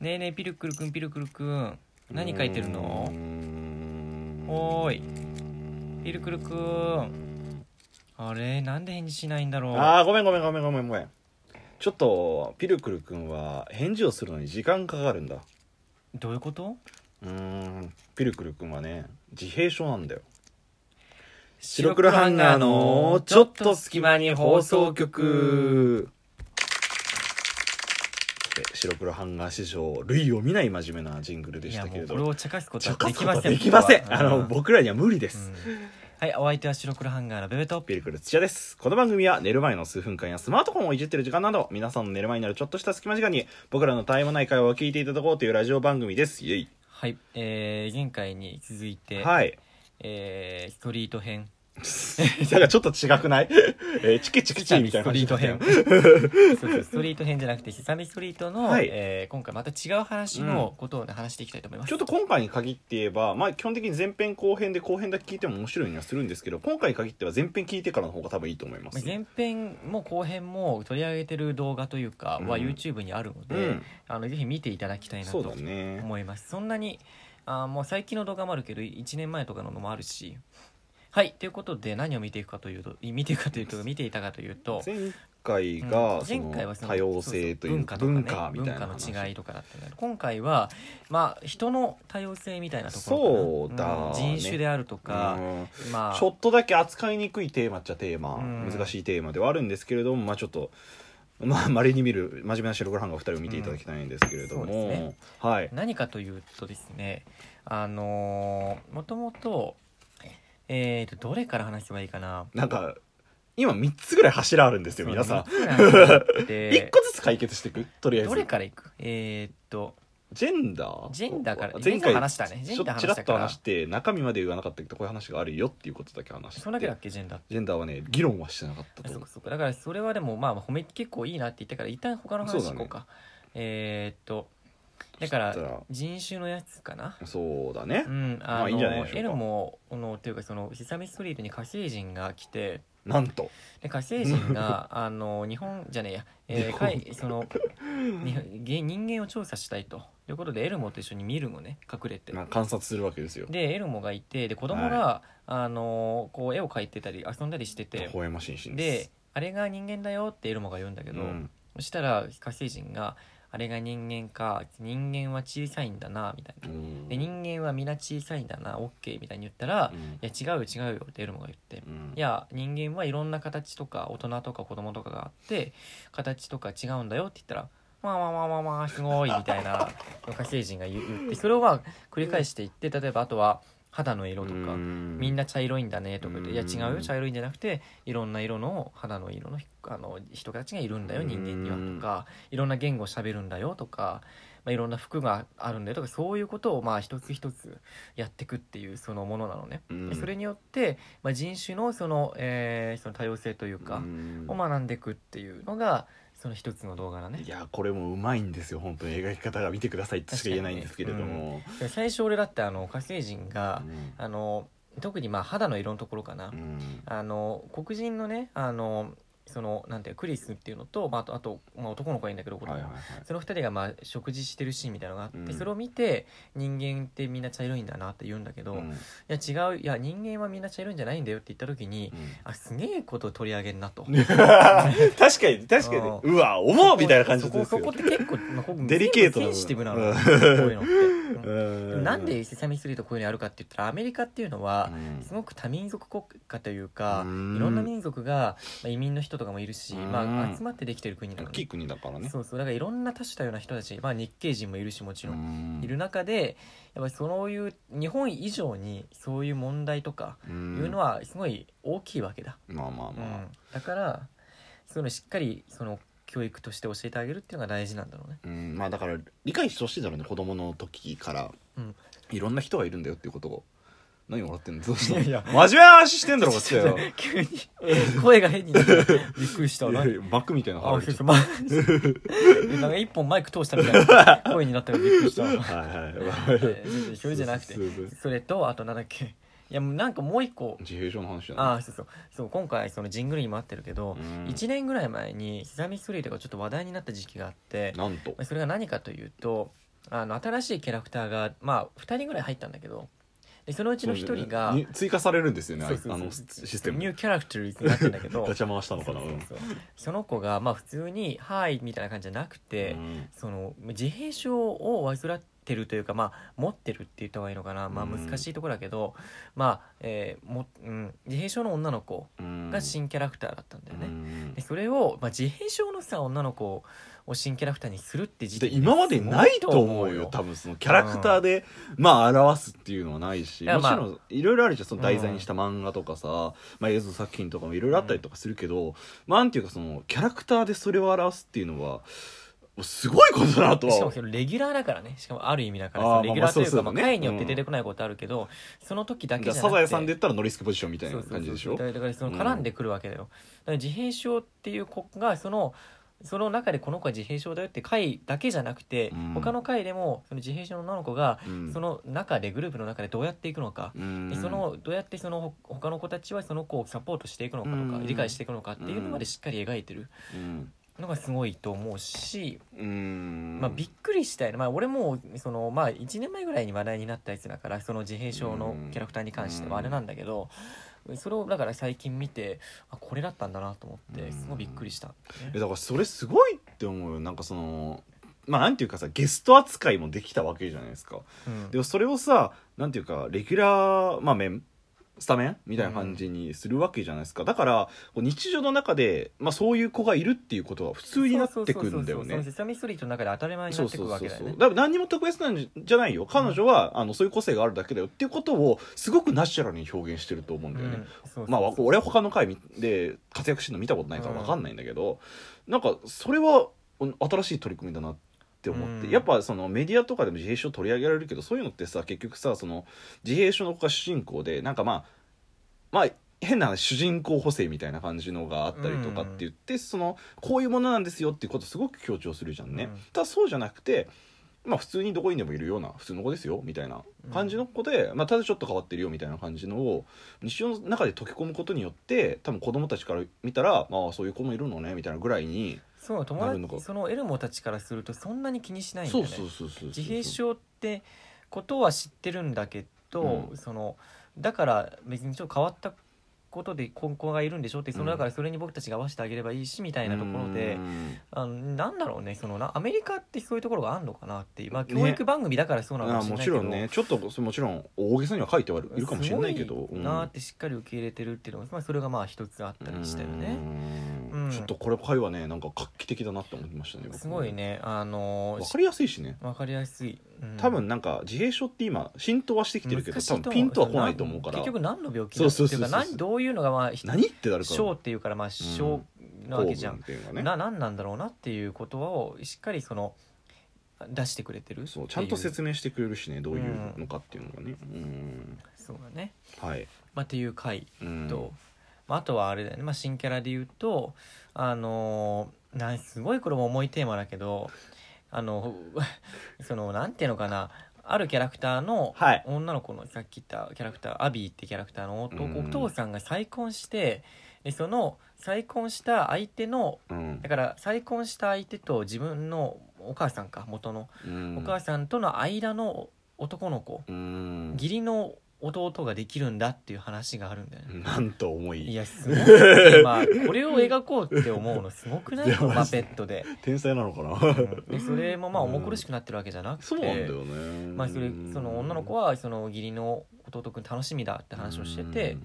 ねえねえピルクルくんピルクルくん何書いてるのおーいピルクルくんあれなんで返事しないんだろうあーごめんごめんごめんごめんごめんちょっとピルクル君は返事をするのに時間かかるんだどういうことうーんピルクル君はね自閉症なんだよ白黒ハンガーのちょっと隙間に放送局え白黒ハンガー史上類を見ない真面目なジングルでいしやたけもれうどこれを茶化すことちょはこでっきとませんできません僕はあの僕らには無理でうす、んはいお相手は白黒ハンガーのベベとピルクル土屋です。この番組は寝る前の数分間やスマートフォンをいじってる時間など、皆さんの寝る前になるちょっとした隙間時間に、僕らの絶え間ない会話を聞いていただこうというラジオ番組です。イェイ。はいえー前回に続いてはい。 えーストリート編なんかちょっと違くない えーチキチキチキみたストいな感リじート編う そうそうストリート編じゃなくて久々ストリートの、はいえー今回また違う話のことをね、話していきたいと思いまんすちょっと今回に限って言えば、まあ基本的に前編後編で後編だけ聞いても面白いにはするんですけど、今回に限っては前編聞いてからの方が多分いいと思いま。ますあ前編も後編も取り上げてる動画というかはうん YouTube にあるのうで、ん。あのぜひ見ていただきたいなそうとだね。思いますそんなにあーもう最近の動画もあるけど1年前とかのもあるしはいということで何を見ていくかというとい見ていくかというと見ていたかというと前回が、うんその前回はその多様性というそうかそう文文化と化かねみたいな文化話。の違いとかだったんだけど今回はまあ人の多様性みたいなところかなそうだねん人種であるとか、うんまあちょっとだけ扱いにくいテーマっちゃテーマ、うん難しいテーマではあるんですけれどもまあちょっと。まあ、稀に見る真面目な白黒ハンガー2人を見ていただきたいんですけれども、うんそうですねはい何かというとですねあのーもともとえー、とどれから話せばいいかななんか今3つぐらい柱あるんですよ皆さんん 1個ずつ解決していくとりあえずどれからいくえー、っとジェンダージェンダーから前ジェンダー回話したねジェンダー話ちょしちらたっかとら話して中身まで言わなかったけどこういう話があるよっていうことだけ話してそんだけだっけジェンダーってジェンダーはね議論はしてなかったとそ思うかそうかだからそれはでもまあ褒め結構いいなって言ったから一旦他の話そうだ行ねこうかえー、っとだからそしたら人種のやつかなうそうだねう、んあの、まあいいんじゃないでしょうかエルモのというかそのセサミストリートに火星人が来てなんとで火星人 があの日本じゃねえや、え日ー、本海そのにげ人間を調査したいとということでエルモと一緒にミルムね隠れて、まあ観察するわけですよでエルモがいてで子供が、あのこう絵を描いてたり遊んだりしてて微笑ましいシーンですであれが人間だよってエルモが言うんだけど、うんそしたら火星人があれが人間か人間は小さいんだなみたいなうんで人間は皆小さいんだなオッケーみたいに言ったら、うんいや違うよ違うよってエルモが言って、うんいや人間はいろんな形とか大人とか子供とかがあって形とか違うんだよって言ったら「まあまあまあまあまあすごい」みたい な火星人が言う言ってそれをまあ繰り返していって例えばあとは肌の色とか、うんみんな茶色いんだねとか言って「いやうん違うよ茶色いんじゃなくていろんな色の肌の色のあの人たちがいるんだようん人間には」とか「いろんな言語喋るんだよ」とか、まあ、いろんな服があるんだよとかそういうことをまあ一つ一つやってくっていうそのものなのね。うんでそれによって、まあ、人種のその,、えーその多様性といううかんを学んでいくっていうのがその一つの動画だねい。やこれもうまいんですよ本当に描き方が見てくださいとしか言えないんですけれども、で最初俺だってあの火星人がうんあの特にまあ肌の色のところかな。うんあの黒人のねあのそのなんていうのクリスっていうのと、まあ、あとあと、まあ、男の子がいいんだけど、はいはいはいその二人がまあ食事してるシーンみたいなのがあって、うんそれを見て人間ってみんな茶色いんだなって言うんだけど、ういん や違ういや人間はみんな茶色いんじゃないんだよって言った時に、あすげえこと取り上げんな と。うん確かに確かにうんうわ思うみたいな感じですよそこそこって結構、まあ、ここデリケートセな部分ンシティブなの、うんこういうのってうんでうもなんでセサミストリートこういうのあるかって言ったらアメリカっていうのは、うんすごく多民族国家というか、うんいろんな民族が、まあ、移民の人とかもいるし、うんまあ、集まってできてる国なの大きいね、国だからねそうそうだからいろんな多種多様な人たち、まあ、日系人もいるしもちろん、んいる中でやっぱりそういう日本以上にそういう問題とかいいうのはすごい大きいわけだ、まあまあうんまあだからそういうのしっかりその教育として教えてあげるっていうのが大事なんだろうねうんまあだから理解してほしいだろうね子供の時からうんいろんな人がいるんだよっていうことを何笑ってんのどうしたのいやいや真面目な話してんだろこっちだよ 急に声が変になったびっくり したわいやいやバックみたいなあ、のそうが入そっう ちゃまあなんか 一本マイク通したみたいな声になったからびっくりしたわ。ったはいはいえーそれじゃなくてそうそうそうそれとあとなんだっけいやもうなんかもう一個自閉症の話じゃないあそうそうそう今回そのジングルにもあってるけど、うん1年ぐらい前に「セサミストリート」がちょっと話題になった時期があってなんとそれが何かというとあの新しいキャラクターがまあ2人ぐらい入ったんだけどでそのうちの1人がに追加されるんですよねあそうそうそうあのシステムニューキャラクターになってんだけ どガチャ回したのかなそうそうそうその子がまあ普通に「はい」みたいな感じじゃなくて、うんその自閉症を患ってるというかまあ持ってるって言った方がいいのかな、まあ、うん難しいところだけど、まあ、えーもうん、自閉症の女の子うんが新キャラクターだったんだよね、うんでそれを、まあ、自閉症のさ女の子を新キャラクターにするって時で点今までないと思うよすごいと多分そのキャラクターで、まあ表すっていうのはないしいやもちまあろんいろいろあるじゃんその題材にした漫画とかさ、まあ、映像作品とかもいろいろあったりとかするけど、まあなんていうかそのキャラクターでそれを表すっていうのはすごいことだなとしかもはそれレギュラーだからねしかもある意味だからそあーのレギュラーというか、まあままああそうそうだね回によって出てこないことあるけど、その時だけじゃなくてサザエさんで言ったらノリスケポジションみたいな感じでしょそうそうそうだからその絡んでくるわけだよ、だから自閉症っていう子がそのその中でこの子は自閉症だよって回だけじゃなくて、うん他の回でもその自閉症の女の子がうんその中でグループの中でどうやっていくのか、うんでそのどうやってそのほ他の子たちはその子をサポートしていくのかとか、うん理解していくのかっていうのまでしっかり描いてるうんのがすごいと思うし、うんまあ、びっくりしたよね、まあ、俺もその、まあ、1年前ぐらいに話題になったやつだからその自閉症のキャラクターに関してはうあんれなんだけどそれをだから最近見てあこれだったんだなと思ってうんすごいびっくりした、えだからそれすごいって思うよなんかそのまあなんていうかさゲスト扱いもできたわけじゃないですかうんでもそれをさなんていうかレギュラー、まあ、面スタメンみたいな感じにするわけじゃないですか、だからこう日常の中で、まあ、そういう子がいるっていうことは普通になってくんだよそうそうそうそうそのねセサミストリートの中で当たり前にそなうってそくうるわそけうだそようねだから何にも特別なんじゃないよ彼女は、あのそういう個性があるだけだよっていうことをすごくナチュラルに表現してると思うんだよね、うんそうそうまあわ俺は他の回見で活躍してるの見たことないから分かんないんだけど、なんかそれはうん新しい取り組みだなって思って、うんやっぱそのメディアとかでも自閉症取り上げられるけどそういうのってさ結局さその自閉症の子が主人公でなんかまあまあ変な話主人公補正みたいな感じのがあったりとかって言って、そのこういうものなんですよっていうことをすごく強調するじゃんね。うんただそうじゃなくてまあ普通にどこにでもいるような普通の子ですよみたいな感じの子で、まあ、ただちょっと変わってるよみたいな感じのを日常の中で溶け込むことによって多分子供たちから見たらまあそういう子もいるのねみたいなぐらいに、そうなるの友か達そのエルモたちからするとそんなに気にしないんだそようねそうそうそう自閉症ってことは知ってるんだけど、うんそのだから別にちょっと変わったことで高校がいるんでしょってそのうんだからそれに僕たちが合わせてあげればいいしみたいなところで、うんあのなんだろうねそのなアメリカってそういうところがあるのかなっていう、まあ、ね教育番組だからそうなのかあもしれもないちけど、ろんねちょっとそもちろん大げさには書いてはいるいるかもしれないけどすごいなーってしっかり受け入れてるっていうのが、まあ、それがまあ一つあったりしたよね。うんうんちょっとこれ回はねなんか画期的だなって思いましたね僕すごいねあのーわかりやすいしねわかりやすい、うん多分なんか自閉症って今浸透はしてきてるけど難しい多と思分うピンとは来ないと思うから結局何の病気なのってそいううそうそうかそう何どういうのがまあひ何ってなるから症っていうからまあ症なわけじゃ構文んっ、ていうのがねな何なんだろうなっていう言葉をしっかりその出してくれてるそうちゃんとっていう説明してくれるしねどういうのかっていうのがねうんそうだね、はいまあ、っていう回うんと、まあ、あとはあれだよね、まあ、新キャラで言うとあのーなんすごいこれも重いテーマだけどあの そのなんていうのかなあるキャラクターのはい女の子のさっき言ったキャラクターアビーってキャラクターのお父うんお父さんが再婚してでその再婚した相手のうんだから再婚した相手と自分のお母さんか元のうんお母さんとの間の男の子うん義理の弟ができるんだっていう話があるんだよね。なんと思いいやすごい、まあ、これを描こうって思うのすごくないいやマパジでペットで,、天才なのかう、なんでそれもまあ重苦しくなってるわけじゃなくてそうなんだよねまあ、それその女の子ははその義理の弟くん楽しみだって話をしてて、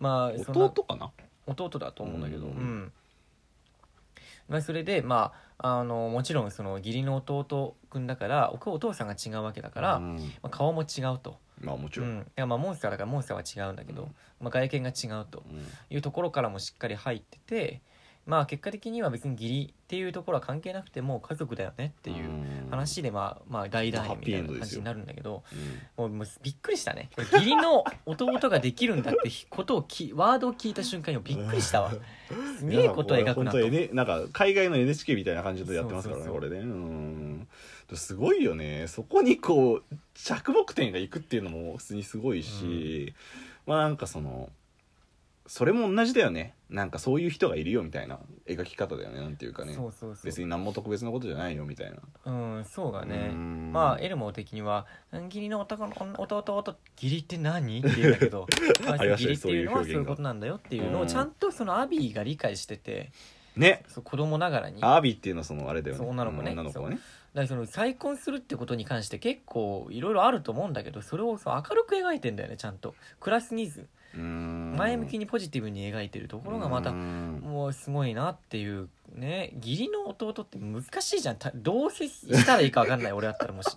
まあその弟かな弟だと思うんだけど、ううんんまあ、それで、まあ、あのもちろんその義理の弟くんだからおお父さんが違うわけだから、うまんあ、顔も違うと、まあもちうろんん、いやまあモンスターだからモンスターは違うんだけど、うんまあ、外見が違うというところからもしっかり入ってて、まあ、結果的には別に義理っていうところは関係なくてもう家族だよねっていう話で、まあまあ、大団円みたいな感じになるんだけど、もうもうびっくりしたね義理の弟ができるんだってことをき ワードを聞いた瞬間にびっくりしたわすげえことを描くなととなんか海外の NHK みたいな感じでやってますからねそうこそうそれねうんすごいよねそこにこう着目点がいくっていうのも普通にすごいし、まあなんかそのそれも同じだよねなんかそういう人がいるよみたいな描き方だよねなんていうかねそうそうそう別に何も特別なことじゃないよみたいなうんそうだねうんまあエルモ的には「うん義理の男の女弟と義理って何?」って言うんだけ どまあありまし義たね理っていうのはそうそういう表現がいうことなんだよっていうのをちゃんとそのアビーが理解しててねそう子供ながらにだかアービーっていうのはそのあれだよねそう女の子ねうん女の子はねらその再婚するってことに関して結構いろいろあると思うんだけどそれをそう明るく描いてんだよねちゃんと暗すぎず前前向きににポジティブに描いてるとところがまたうんもうすごいなっていうね義理の弟って難しいじゃんたどう接したらいいか分かん ない俺だったらもし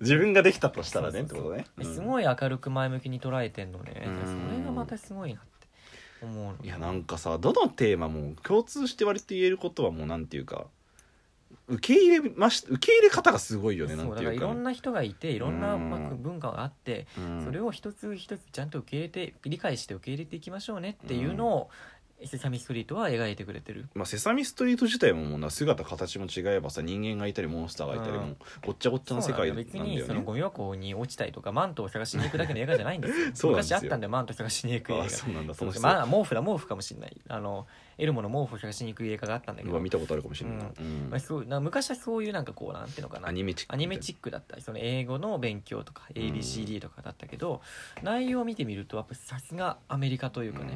自分ができたとしたらねってそうこそうとねすいごい明るく前向きに捉えてんのねうんそれがまたすごいなって思うのいやなんかさどのテーマも共通して割と言えることはもうなんていうか受け入れまし受け入れ方がすごいよねなそんうだてからいいうかろんな人がいていろんなうんまあ文化があってうんそれを一つ一つちゃんと受け入れて理解して受け入れていきましょうねっていうのを「セサミストリート」は描いてくれてるまあ、セサミストリート自体ももうな姿形も違えばさ人間がいたりモンスターがいたりうんもうごっちゃごっちゃの世界そうなんだよなん別だよにそのねゴミ箱に落ちたりとかマントを探しに行くだけの映画じゃないんですよ そうなんで昔すよあったんでマント探しに行く映あ画あそうなんだそそうのそう人まあ毛布だ毛布かもしれないあのエルモの毛布を探しに行く映画があったんだけうどわ見たことあるかもしれないな、うんまあ、そうな昔はそういうなんかこうなんていうのかなアニメチックアニメチックだったりその英語の勉強とか ABCD とかだったけど、内容を見てみるとやっぱさすがアメリカというかね、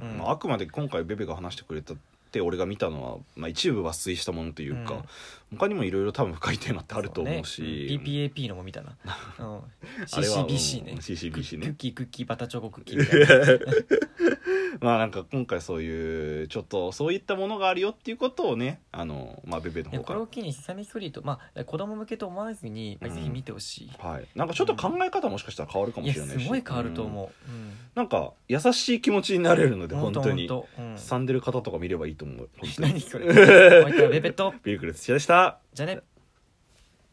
うんうんまあ、あくまで今回ベベが話してくれたって俺が見たのは、まあ、一部抜粋したものというか、他にもいろいろ多分深いテーマってあると思うそしね PPAP のも見た な、うん、あれは CCBC ねうん CCBC ねクッキークッキーバタチョコクッキーみたいなまあなんか今回そういうちょっとそういったものがあるよっていうことをねあの、まあ、ベベので方こかれらを。機に「セサミストリート」まあ子供向けと思わずにぜひ見てほしい、はい、なんかちょっと考え方もしかしたら変わるかもいやしれないすしごい変わるとうん思う、うんなんか優しい気持ちになれるので本当にほんとほんとうん サンデル方とか見ればいいと思う本当に 何それお相手はベベとビルクル土屋でしたじゃあね